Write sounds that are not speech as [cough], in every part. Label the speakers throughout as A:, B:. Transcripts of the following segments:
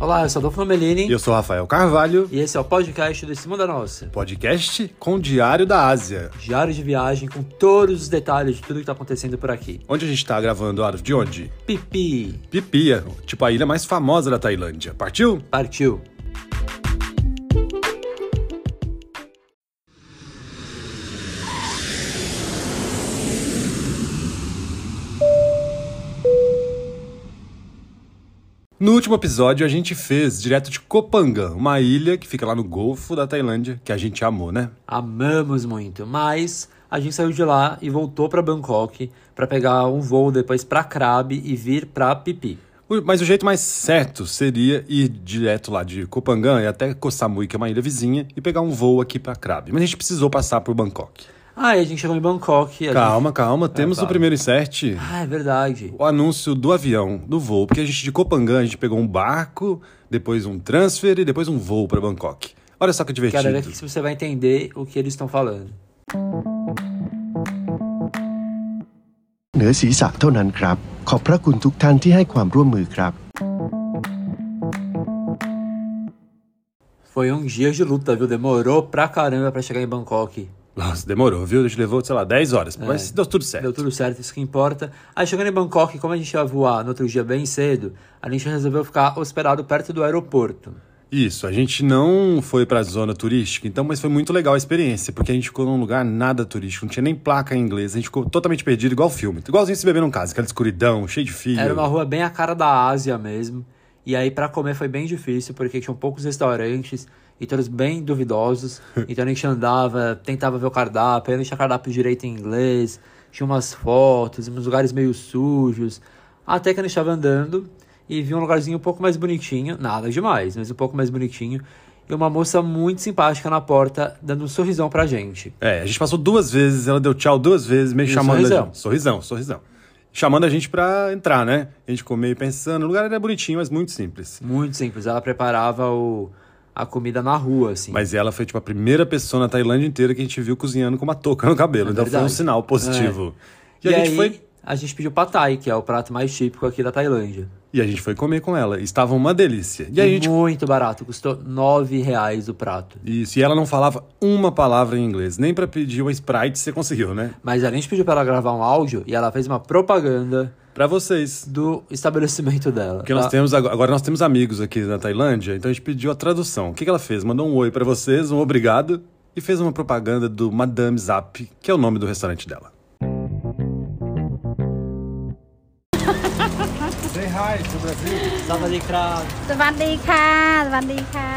A: Olá, eu sou Adolfo Nomelini
B: Eu sou Rafael Carvalho,
A: e esse é o podcast do Cima da Nossa.
B: podcast com Diário da Ásia,
A: Diário de viagem com todos os detalhes de tudo que tá acontecendo por aqui.
B: onde a gente tá gravando out of de onde?
A: Pipi,
B: Pipia, tipo a ilha mais famosa da Tailândia. Partiu?
A: partiu.
B: No último episódio a gente fez direto de Koh Phangan, uma ilha que fica lá no Golfo da Tailândia, que a gente amou, né?
A: Amamos muito, mas a gente saiu de lá e voltou pra Bangkok pra pegar um voo depois pra Krabi e vir pra Pipi.
B: O- Mas o jeito mais certo seria ir direto lá de Koh Phangan e até Koh Samui, que é uma ilha vizinha, e pegar um voo aqui pra Krabi. Mas a gente precisou passar por Bangkok.
A: Aí Ah, a gente chegou em Bangkok. e É, a
B: Calma, calma, temos o
A: claro.
B: primeiro insert.
A: Gente... Ah, é verdade.
B: o anúncio do avião, do voo, porque a gente de Copangan, a gente pegou um barco, depois um transfer e depois um voo pra Bangkok. Olha só que divertido.
A: Quero ver se você vai entender o que eles estão falando.
C: เหนือศีรษะเท่านั้นครับ ขอบพระคุณทุกท่านที่ให้ความร่วมมือครับ
A: Foi um dia de luta, viu? Demorou pra caramba pra chegar em Bangkok.
B: Nossa, demorou, viu? A gente levou, sei lá, 10 horas, mas deu tudo certo.
A: É. Deu tudo certo, isso que importa. Aí chegando em Bangkok, como a gente ia voar no outro dia bem cedo, a gente resolveu ficar hospedado perto do aeroporto.
B: Isso, a gente não foi pra zona turística, então, mas foi muito legal a experiência, porque a gente ficou num lugar nada turístico, não tinha nem placa em inglês, a gente ficou totalmente perdido, igual filme. Igualzinho se beber num caso, aquela escuridão, cheio de filho.
A: Era uma rua bem a cara da Ásia mesmo. E aí pra comer foi bem difícil, porque tinham poucos restaurantes e todos bem duvidosos. Então a gente andava, tentava ver o cardápio, aí não tinha cardápio direito em inglês, tinha umas fotos, uns lugares meio sujos. Até que a gente tava andando e viu um lugarzinho um pouco mais bonitinho, nada demais, mas um pouco mais bonitinho. E uma moça muito simpática na porta, dando um sorrisão pra gente.
B: É, a gente passou duas vezes, ela deu tchau duas vezes, meio
A: E um
B: chamando
A: sorrisão.
B: a gente. Sorrisão, sorrisão. Chamando a gente pra entrar, né? A gente ficou meio pensando, o lugar era bonitinho, mas muito simples.
A: Muito simples, ela preparava o, a comida na rua, assim.
B: Mas ela foi, tipo, a primeira pessoa na Tailândia inteira que a gente viu cozinhando com uma touca no cabelo.
A: É
B: então foi um
A: verdade. É.
B: sinal positivo. E, a gente
A: aí,
B: foi,
A: a gente pediu pad thai, que é o prato mais típico aqui da Tailândia.
B: e a gente foi comer com ela. Estava uma delícia. E a gente.
A: Muito barato, custou 9 reais o prato.
B: Isso, e ela não falava uma palavra em inglês, nem pra pedir uma Sprite você conseguiu, né?
A: Mas a gente pediu pra ela gravar um áudio e ela fez uma propaganda
B: Pra vocês.
A: do estabelecimento dela.
B: Porque nós
A: tá?
B: temos agora, agora nós temos amigos aqui na Tailândia, então a gente pediu a tradução. O que, que ela fez? Mandou um oi pra vocês, um obrigado e fez uma propaganda do Madame Zap, que é o nome do restaurante dela.
A: Sawadee-krap.
D: สวัสดีค่ะ สวัสดีค่ะ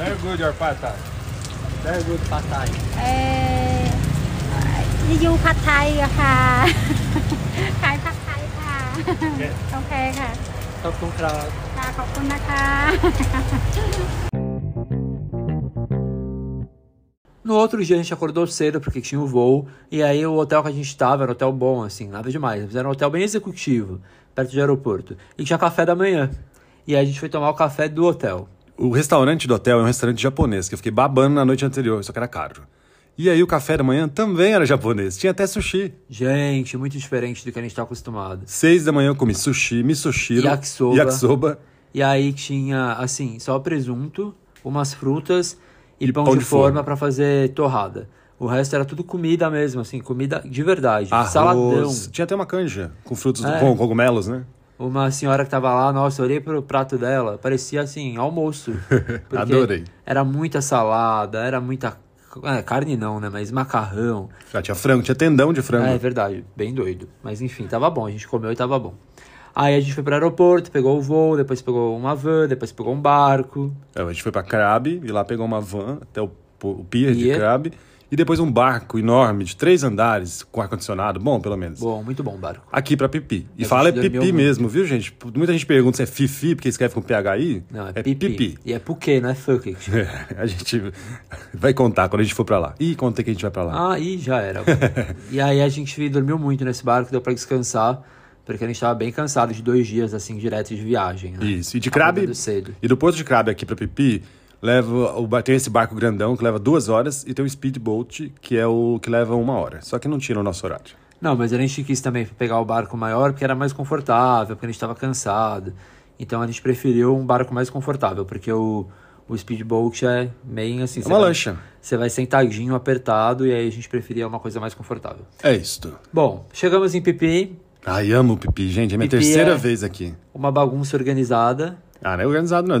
B: Very good your pata.
A: Very good pad thai.
D: เออยูผัดไทยอะค่ะ [laughs] ขายผัดไทยค่ะ โอเคค่ะ
A: Topkun-krap.
D: ค่ะ ขอบคุณนะคะ
A: No outro dia a gente acordou cedo porque tinha o voo. E aí o hotel que a gente tava era um hotel bom, assim, nada demais. Mas era um hotel bem executivo, perto do aeroporto. E tinha café da manhã. E aí a gente foi tomar o café do hotel.
B: O restaurante do hotel é um restaurante japonês, que eu fiquei babando na noite anterior, só que era caro. E aí o café da manhã também era japonês, tinha até sushi.
A: Gente, muito diferente do que a gente tá acostumado.
B: Seis da manhã eu comi sushi, misoshiro,
A: Yakisoba.
B: yakisoba
A: E aí tinha, assim, só presunto, umas frutas e, pão, de, forma, pra fazer torrada. O resto era tudo comida mesmo, assim, comida de verdade.
B: arroz.
A: Saladão.
B: Tinha até uma canja com frutos,
A: É.
B: com cogumelos, né?
A: Uma senhora que tava lá, nossa, eu olhei pro prato dela, parecia assim, [laughs] almoço. Porque
B: Adorei.
A: Era muita salada, era muita. é, carne não, né? Mas macarrão.
B: Já tinha frango, tinha tendão de frango.
A: É verdade, bem doido. Mas enfim, tava bom, a gente comeu e tava bom. Aí a gente foi pro aeroporto, pegou o voo, depois pegou uma van, depois pegou um barco.
B: É, a gente foi pra Krabi e lá pegou uma van até o, po- o pier de
A: Pier.
B: Krabi e depois um barco enorme de três andares com ar condicionado, bom pelo menos.
A: Bom, muito bom o barco.
B: Aqui pra Pipi. E
A: A
B: fala é
A: gente dormiu
B: Pipi
A: muito.
B: mesmo, viu, gente? P- Muita gente pergunta se é Fifi, porque escreve com PHI.
A: Não, é, pipi. E é porque, não é fuck it.
B: [laughs] a gente vai contar quando a gente for pra lá. Ih, conta que a gente vai pra lá.
A: Ah, e já era. e aí a gente dormiu muito nesse barco, deu pra descansar, porque a gente tava bem cansado de dois dias, assim, direto de viagem. Né?
B: Isso. E de Krabi.
A: Acordando cedo.
B: E do porto de Krabi aqui pra Pipi, leva o, ba- tem esse barco grandão que leva duas horas e tem um speedboat que é o que leva uma hora. Só que não tira o nosso horário.
A: Não, mas a gente quis também pegar o barco maior, porque era mais confortável, porque a gente tava cansado. Então a gente preferiu um barco mais confortável, porque o, o speedboat é meio assim.
B: É
A: você
B: uma
A: vai-
B: lancha.
A: Você vai sentadinho, apertado, e aí a gente preferia uma coisa mais confortável.
B: É isso.
A: Bom, chegamos em Pipi,
B: Ai, amo o pipi, gente. É minha
A: Pipi
B: terceira
A: é-
B: vez aqui.
A: uma bagunça organizada.
B: Ah, não é organizado, não. É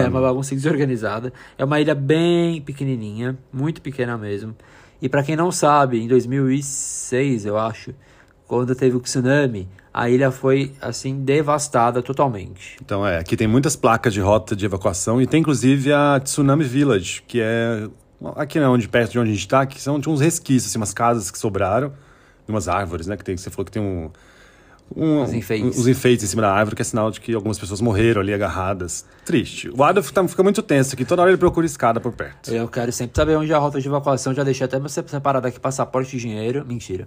A: [laughs] É, uma bagunça desorganizada. É uma ilha bem pequenininha, muito pequena mesmo. E pra quem não sabe, em 2006, eu acho, quando teve o tsunami, a ilha foi assim devastada totalmente.
B: Então é, aqui tem muitas placas de rota de evacuação e tem inclusive a Tsunami Village, que é aqui né, onde perto de onde a gente está, que são tinha uns resquícios, assim, umas casas que sobraram, e umas árvores, né, que tem, você falou que tem um, um
A: Os enfeites.
B: uns enfeites em cima da árvore, que é sinal de que algumas pessoas morreram ali agarradas. Triste. O Adam fica fica muito tenso aqui, toda hora ele procura escada por perto.
A: Eu quero sempre saber onde é a rota de evacuação. Já deixei até meu se- separado aqui passaporte e dinheiro. Mentira.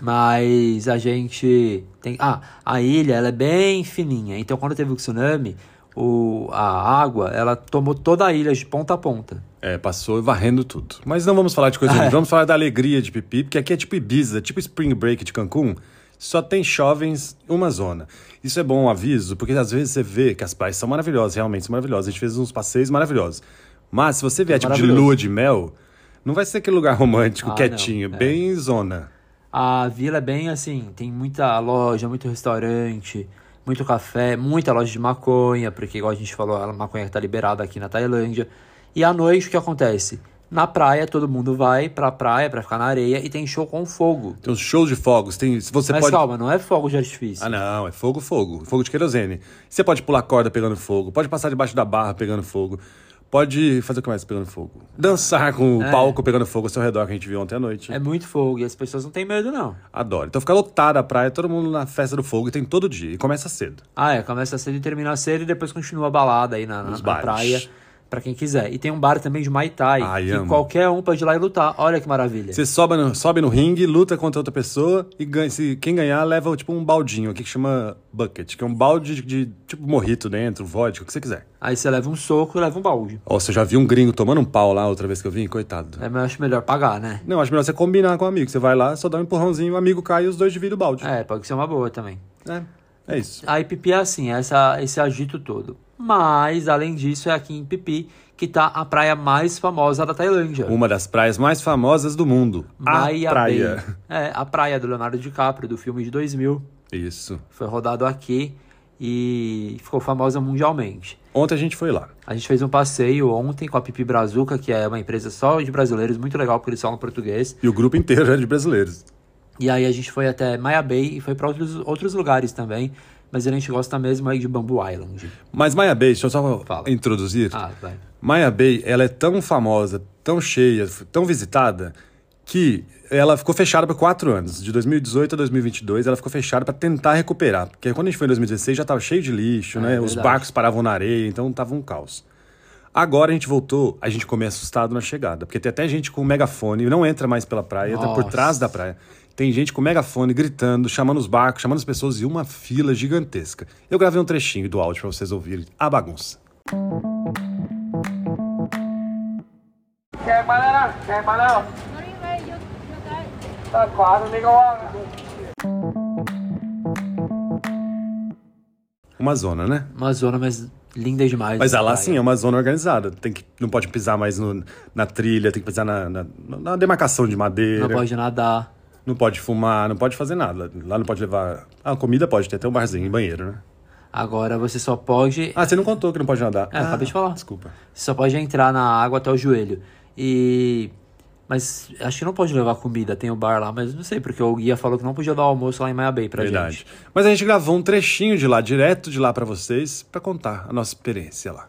A: Mas a gente tem. Ah, a ilha ela é bem fininha. Então quando teve o tsunami, o... a água ela tomou toda a ilha de ponta a ponta.
B: É, passou varrendo tudo. Mas não vamos falar de
A: Ah,
B: coisa
A: é.
B: ruim, vamos falar da alegria de Pipi, porque aqui é tipo Ibiza, tipo Spring Break de Cancún. Só tem jovens uma zona. Isso é bom um aviso, porque às vezes você vê que as praias são maravilhosas, realmente são maravilhosas. A gente fez uns passeios maravilhosos. Mas se você vier tipo de
A: Maravilhoso.
B: lua de mel, não vai ser aquele lugar romântico,
A: Ah,
B: quietinho,
A: não, é.
B: bem zona.
A: A vila é bem assim, tem muita loja, muito restaurante, muito café, muita loja de maconha, porque igual a gente falou, a maconha tá liberada aqui na Tailândia. E à noite o que acontece? Na praia todo mundo vai pra praia pra ficar na areia e tem show com fogo.
B: Tem uns shows de fogos, tem. se Você
A: Mas
B: pode.
A: calma, não é fogo de artifício.
B: Ah, não, é fogo, fogo. Fogo de querosene. Você pode pular corda pegando fogo, pode passar debaixo da barra pegando fogo, pode fazer o que mais pegando fogo? Dançar com o palco pegando fogo ao seu redor, que a gente viu ontem à noite.
A: É muito fogo e as pessoas não têm medo, não.
B: Adoro. Então fica lotada a praia, todo mundo na festa do fogo, e tem todo dia, e começa cedo.
A: Ah, é, começa cedo e termina cedo e depois continua a balada aí na, na,
B: Nos
A: na
B: bares.
A: praia. Pra quem quiser. E tem um bar também de Mai Tai.
B: Ai,
A: que
B: amo.
A: qualquer um pode ir lá e lutar. Olha que maravilha.
B: Você sobe no, sobe no ringue, luta contra outra pessoa, e ganha, se, quem ganhar leva tipo um baldinho aqui que chama bucket, que é um balde de, de, tipo morrito dentro, vodka, o que você quiser.
A: Aí você leva um soco e leva um balde.
B: Nossa, eu já vi um gringo tomando um pau lá outra vez que eu vim, coitado.
A: É, mas eu acho melhor pagar, né?
B: Não, acho melhor você combinar com o amigo. Você vai lá, só dá um empurrãozinho, o amigo cai e os dois dividem o balde.
A: É, pode ser uma boa também.
B: É, é isso.
A: Aí Pipi é assim, essa, esse agito todo. Mas, além disso, é aqui em Pipi que tá a praia mais famosa da Tailândia.
B: Uma das praias mais famosas do mundo.
A: Maya
B: a praia.
A: Bay. É, a praia do Leonardo DiCaprio, do filme de 2000.
B: Isso.
A: Foi rodado aqui e ficou famosa mundialmente.
B: Ontem a gente foi lá.
A: A gente fez um passeio ontem com a Pipi Brazuca, que é uma empresa só de brasileiros, muito legal porque eles falam português.
B: E o grupo inteiro é de brasileiros.
A: E aí a gente foi até Maya Bay e foi pra outros, outros lugares também. Mas a gente gosta mesmo aí de Bamboo Island.
B: Mas Maya Bay, deixa eu só
A: Fala.
B: introduzir.
A: Ah, vai.
B: Maya Bay, ela é tão famosa, tão cheia, f- tão visitada, que ela ficou fechada por quatro anos. De 2018 a 2022, ela ficou fechada para tentar recuperar. Porque quando a gente foi em 2016, já estava cheio de lixo,
A: Ah,
B: né? Os
A: é verdade.
B: barcos paravam na areia, então tava um caos. Agora a gente voltou, a gente come assustado na chegada. Porque tem até gente com megafone, não entra mais pela praia, entra por
A: Nossa.
B: trás da praia. Tem gente com megafone gritando, chamando os barcos, chamando as pessoas e uma fila gigantesca. Eu gravei um trechinho do áudio para vocês ouvirem a bagunça.
E: แขกมาแล้วนะแขกมาแล้วด้านขวาตรงนี้ก็ว่างนะ
B: Uma zona, né?
A: Uma zona, mas linda demais.
B: Mas
A: essa
B: lá
A: praia.
B: sim é uma zona organizada. Tem que, não pode pisar mais no- na trilha, tem que pisar na, na- na demarcação de madeira.
A: Não pode nadar.
B: não pode fumar, não pode fazer nada. Lá não pode levar. Ah, comida pode, tem até um barzinho e banheiro, né?
A: Agora você só pode.
B: Ah, você não contou que não pode nadar.
A: É,
B: ah,
A: acabei de falar.
B: Desculpa.
A: Você só pode entrar na água até o joelho. E. Mas acho que não pode levar comida, tem o bar lá, mas não sei, porque o guia falou que não podia dar almoço lá em Maya Bay pra
B: Verdade.
A: gente.
B: Mas a gente gravou um trechinho de lá, direto de lá pra vocês, pra contar a nossa experiência lá.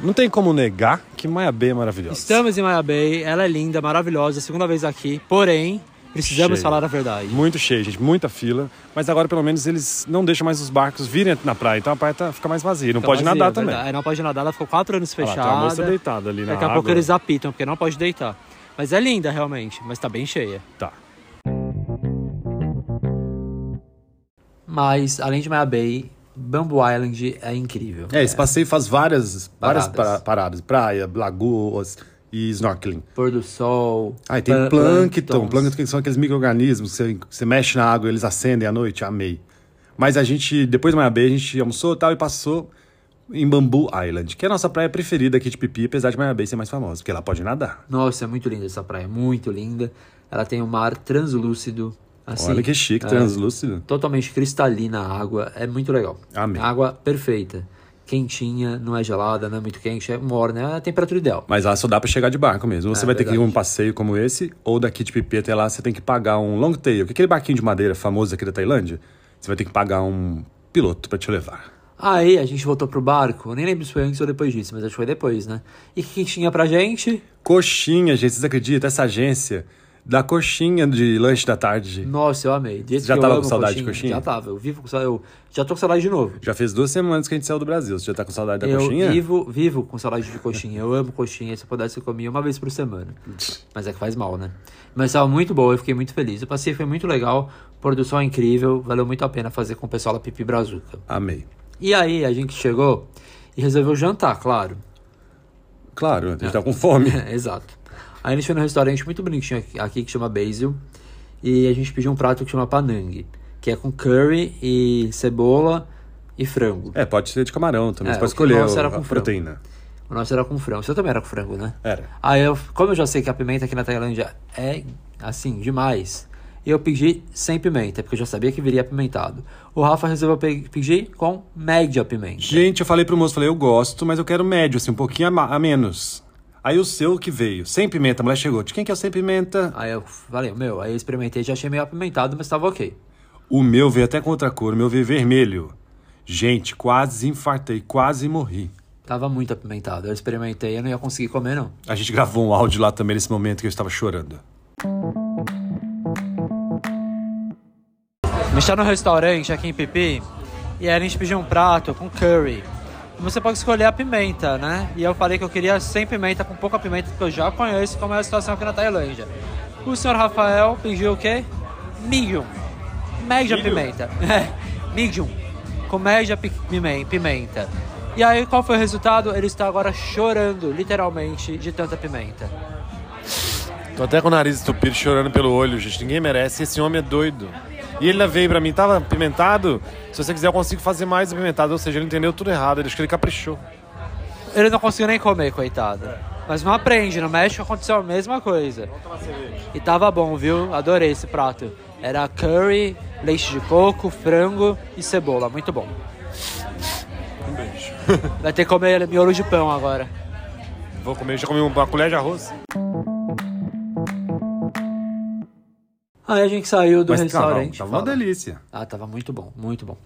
B: Não tem como negar que Maia B é maravilhosa.
A: Estamos em Maya Bay, ela é linda, maravilhosa, segunda vez aqui, porém, precisamos
B: Cheio.
A: falar a verdade.
B: Muito cheio, gente, muita fila. Mas agora, pelo menos, eles não deixam mais os barcos virem na praia. Então a praia tá- fica mais vazia. Não pode
A: Vazia,
B: nadar
A: verdade.
B: também.
A: É, Não pode nadar, ela ficou quatro anos
B: lá,
A: fechada.
B: tem uma moça deitada ali na
A: Daqui a pouco
B: água.
A: eles apitam, porque não pode deitar. Mas é linda realmente, mas tá bem cheia.
B: Tá.
A: Mas, além de Maya Bay, Bamboo Island é incrível.
B: É, esse passeio faz
A: Paradas.
B: várias paradas. Várias pra- paradas. Praia, lagoas e snorkeling.
A: Pôr do sol.
B: Ah, e tem
A: pla-
B: plâncton.
A: plânctons.
B: Plâncton que são aqueles micro-organismos que você, que você mexe na água e eles acendem à noite. Amei. Mas a gente, depois de Maiabê, a gente almoçou e tal e passou em Bamboo Island, que é a nossa praia preferida aqui de Pipi, apesar de Maiabê ser mais famosa, porque lá pode nadar.
A: Nossa, é muito linda essa praia, muito linda. Ela tem um mar translúcido. Assim,
B: Olha que chique,
A: é,
B: translúcido.
A: Totalmente cristalina a água, é muito legal.
B: Amém.
A: Água perfeita, quentinha, não é gelada, não é muito quente, é morna, é a temperatura ideal.
B: Mas lá só dá pra chegar de barco mesmo. Ou Você
A: É
B: vai ter que ir
A: verdade.
B: um passeio como esse, ou daqui de Pipi até lá você tem que pagar um long tail, que é aquele barquinho de madeira famoso aqui da Tailândia. Você vai ter que pagar um piloto pra te levar.
A: Aí a gente voltou pro barco, eu nem lembro se foi antes ou depois disso, mas acho que foi depois, né? E o que tinha pra gente?
B: Coxinha, gente, vocês acreditam? Essa agência da coxinha de lanche da tarde.
A: Nossa, eu amei. Do jeito
B: Já
A: que eu
B: tava
A: amo
B: com saudade de coxinha?
A: Já tava, eu vivo com saudade, eu já tô com saudade de novo.
B: Já fez duas semanas que a gente saiu do Brasil. Você já tá com saudade da
A: eu
B: coxinha?
A: vivo, vivo com saudade de coxinha. Eu amo coxinha. Se eu pudesse, eu comia uma vez por semana. Mas é que faz mal, né? Mas estava muito boa, eu fiquei muito feliz. O passeio foi muito legal, o pôr do sol é incrível, valeu muito a pena fazer com o pessoal da Pipi Brazuca.
B: Amei.
A: E aí, a gente chegou e resolveu jantar, claro.
B: Claro, a gente tá com fome.
A: É, [coughs] Exato. Aí a gente foi num restaurante muito bonitinho aqui, aqui que chama Basil. E a gente pediu um prato que chama Panang, que é com curry e cebola e frango.
B: É, pode ser de camarão também.
A: É,
B: você pode
A: o que
B: escolher
A: nosso
B: o-
A: era
B: a
A: com frango.
B: proteína.
A: O nosso era com frango. Você também era com frango, né?
B: Era.
A: Aí eu, como eu já sei que a pimenta aqui na Tailândia é assim, demais, eu pedi sem pimenta, porque eu já sabia que viria apimentado. O Rafa resolveu pe- pedir com média pimenta.
B: Gente, eu falei pro moço, falei, eu gosto, mas eu quero médio, assim, um pouquinho a, ma- a menos. Aí o seu que veio, sem pimenta, a mulher chegou. De quem que é o sem pimenta?
A: Aí eu falei, meu, aí eu experimentei, já achei meio apimentado, mas tava ok.
B: O meu veio até com outra cor, o meu veio vermelho. Gente, quase infartei, quase morri.
A: Tava muito apimentado. Eu experimentei, eu não ia conseguir comer, não.
B: A gente gravou um áudio lá também nesse momento que eu estava chorando.
A: A gente tá no restaurante aqui em Pipi e aí a gente pediu um prato com curry. Você pode escolher a pimenta, né? E eu falei que eu queria sem pimenta, com pouca pimenta, porque eu já conheço como é a situação aqui na Tailândia. O senhor Rafael pediu o quê? Medium. Média pimenta. [laughs] É, Medium. Com média pi- pimen- pimenta. E aí, qual foi o resultado? Ele está agora chorando, literalmente, de tanta pimenta.
F: Tô até com o nariz estupido, chorando pelo olho, gente. Ninguém merece. Esse homem é doido. E ele ainda veio pra mim, tava pimentado. Se você quiser, eu consigo fazer mais pimentado. Ou seja, ele entendeu tudo errado. Ele acho que ele caprichou.
A: Ele não conseguiu nem comer, coitado. Mas não aprende, no México aconteceu a mesma coisa. E tava bom, viu? Adorei esse prato. Era curry, leite de coco, frango e cebola. Muito bom. Um
B: Um
A: beijo. [laughs] Vai ter que comer miolo de pão agora.
F: Vou comer, já comi uma colher de arroz.
A: Aí a gente saiu do
B: Mas calma,
A: restaurante.
B: tava uma
A: fala.
B: delícia.
A: Ah, tava muito bom, muito bom.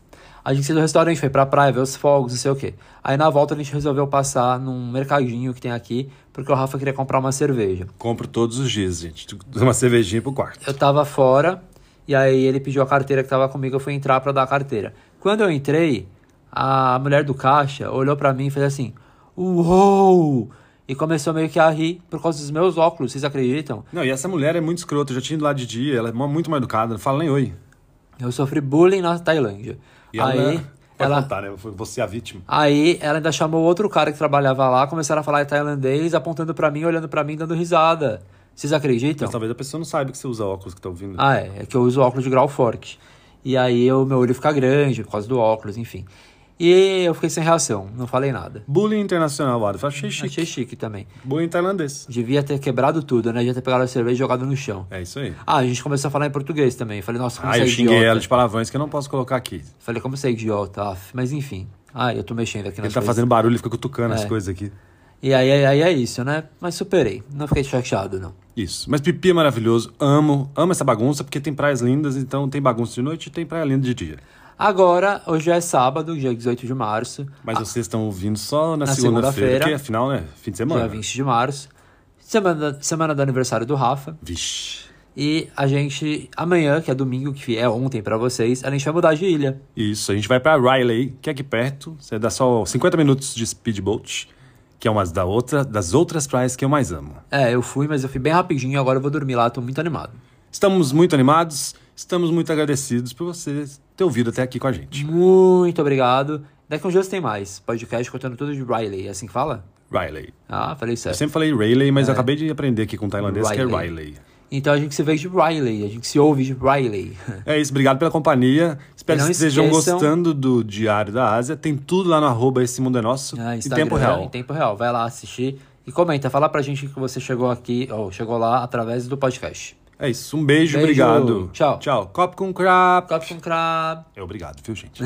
A: A gente saiu do restaurante, foi pra praia, ver os fogos, não sei o quê. Aí na volta a gente resolveu passar num mercadinho que tem aqui, porque o Rafa queria comprar uma cerveja.
B: Compro todos os dias, gente. Uma cervejinha pro quarto.
A: eu tava fora e aí ele pediu a carteira que tava comigo, eu fui entrar pra dar a carteira. Quando eu entrei, a mulher do caixa olhou pra mim e fez assim: "Uou!" E começou meio que a rir por causa dos meus óculos, vocês acreditam?
B: Não, e essa mulher é muito escrota. Eu já tinha ido lá de dia, ela é mó- muito mal educada, não fala nem oi.
A: Eu sofri bullying na Tailândia.
B: E
A: aí
B: ela... Pode
A: ela
B: contar, né? Foi você a vítima.
A: Aí ela ainda chamou outro cara que trabalhava lá, começaram a falar em tailandês, apontando pra mim, olhando pra mim, dando risada. Vocês acreditam?
B: Mas talvez a pessoa não saiba que você usa óculos que tá ouvindo.
A: Ah, é. É que eu uso óculos de grau forte. E aí o meu olho fica grande por causa do óculos, enfim. E eu fiquei sem reação, não falei nada.
B: Bullying internacional, Adolfo. Achei chique.
A: Achei chique também.
B: Bullying tailandês.
A: Devia ter quebrado tudo, né? Devia ter pegado a cerveja e jogado no chão.
B: É isso aí.
A: Ah, a gente começou a falar em português também. Falei, nossa, como
B: Ah,
A: você é
B: eu xinguei
A: idiota.
B: ela de palavrões que eu não posso colocar aqui.
A: Falei, como você é idiota, af. Mas enfim. Ah, eu tô mexendo aqui na
B: Ele tá fazendo barulho, ele fica cutucando as
A: É.
B: coisas aqui.
A: E aí, aí, aí é isso, né? Mas superei. Não fiquei chateado, não.
B: Isso. Mas Pipi é maravilhoso. Amo. Amo essa bagunça, porque tem praias lindas, então tem bagunça de noite e tem praia linda de dia.
A: Agora, hoje é sábado, dia 18 de março.
B: Mas vocês estão ouvindo só na,
A: Ah. Na
B: segunda-feira,
A: segunda-feira.
B: porque afinal, né? Fim de
A: dia
B: semana.
A: 20 de março. Semana, semana do aniversário do Rafa.
B: Vixe.
A: E a gente, amanhã, que é domingo, que é ontem pra vocês, a gente vai mudar de ilha.
B: Isso. A gente vai pra Riley, que é aqui perto. Você dá só 50 minutos de speedboat, que é uma da outra, das outras praias que eu mais amo.
A: É, eu fui, mas eu fui bem rapidinho, agora eu vou dormir lá, tô muito animado.
B: Estamos muito animados, estamos muito agradecidos por você ter ouvido até aqui com a gente.
A: Muito obrigado. Daqui uns dias tem mais. Podcast contando tudo de Riley, é assim que fala?
B: Riley.
A: Ah, falei certo.
B: Eu sempre falei Riley, mas eu acabei de aprender aqui com o tailandês que é
A: Riley.
B: Riley.
A: Então a gente se vê de Riley, a gente se ouve de Riley.
B: É isso, obrigado pela companhia. Espero
A: Não
B: que vocês estejam
A: esqueçam-
B: gostando do Diário da Ásia. Tem tudo lá no arroba Esse Mundo é Nosso.
A: Ah,
B: [laughs] em
A: Instagram,
B: tempo real.
A: Em tempo real. Vai lá assistir e comenta. Fala pra gente que você chegou aqui, ou chegou lá através do podcast.
B: É isso, um beijo,
A: Beijo,
B: obrigado.
A: tchau.
B: Tchau. Cop com crap.
A: Copo com crab.
B: É obrigado, viu, gente?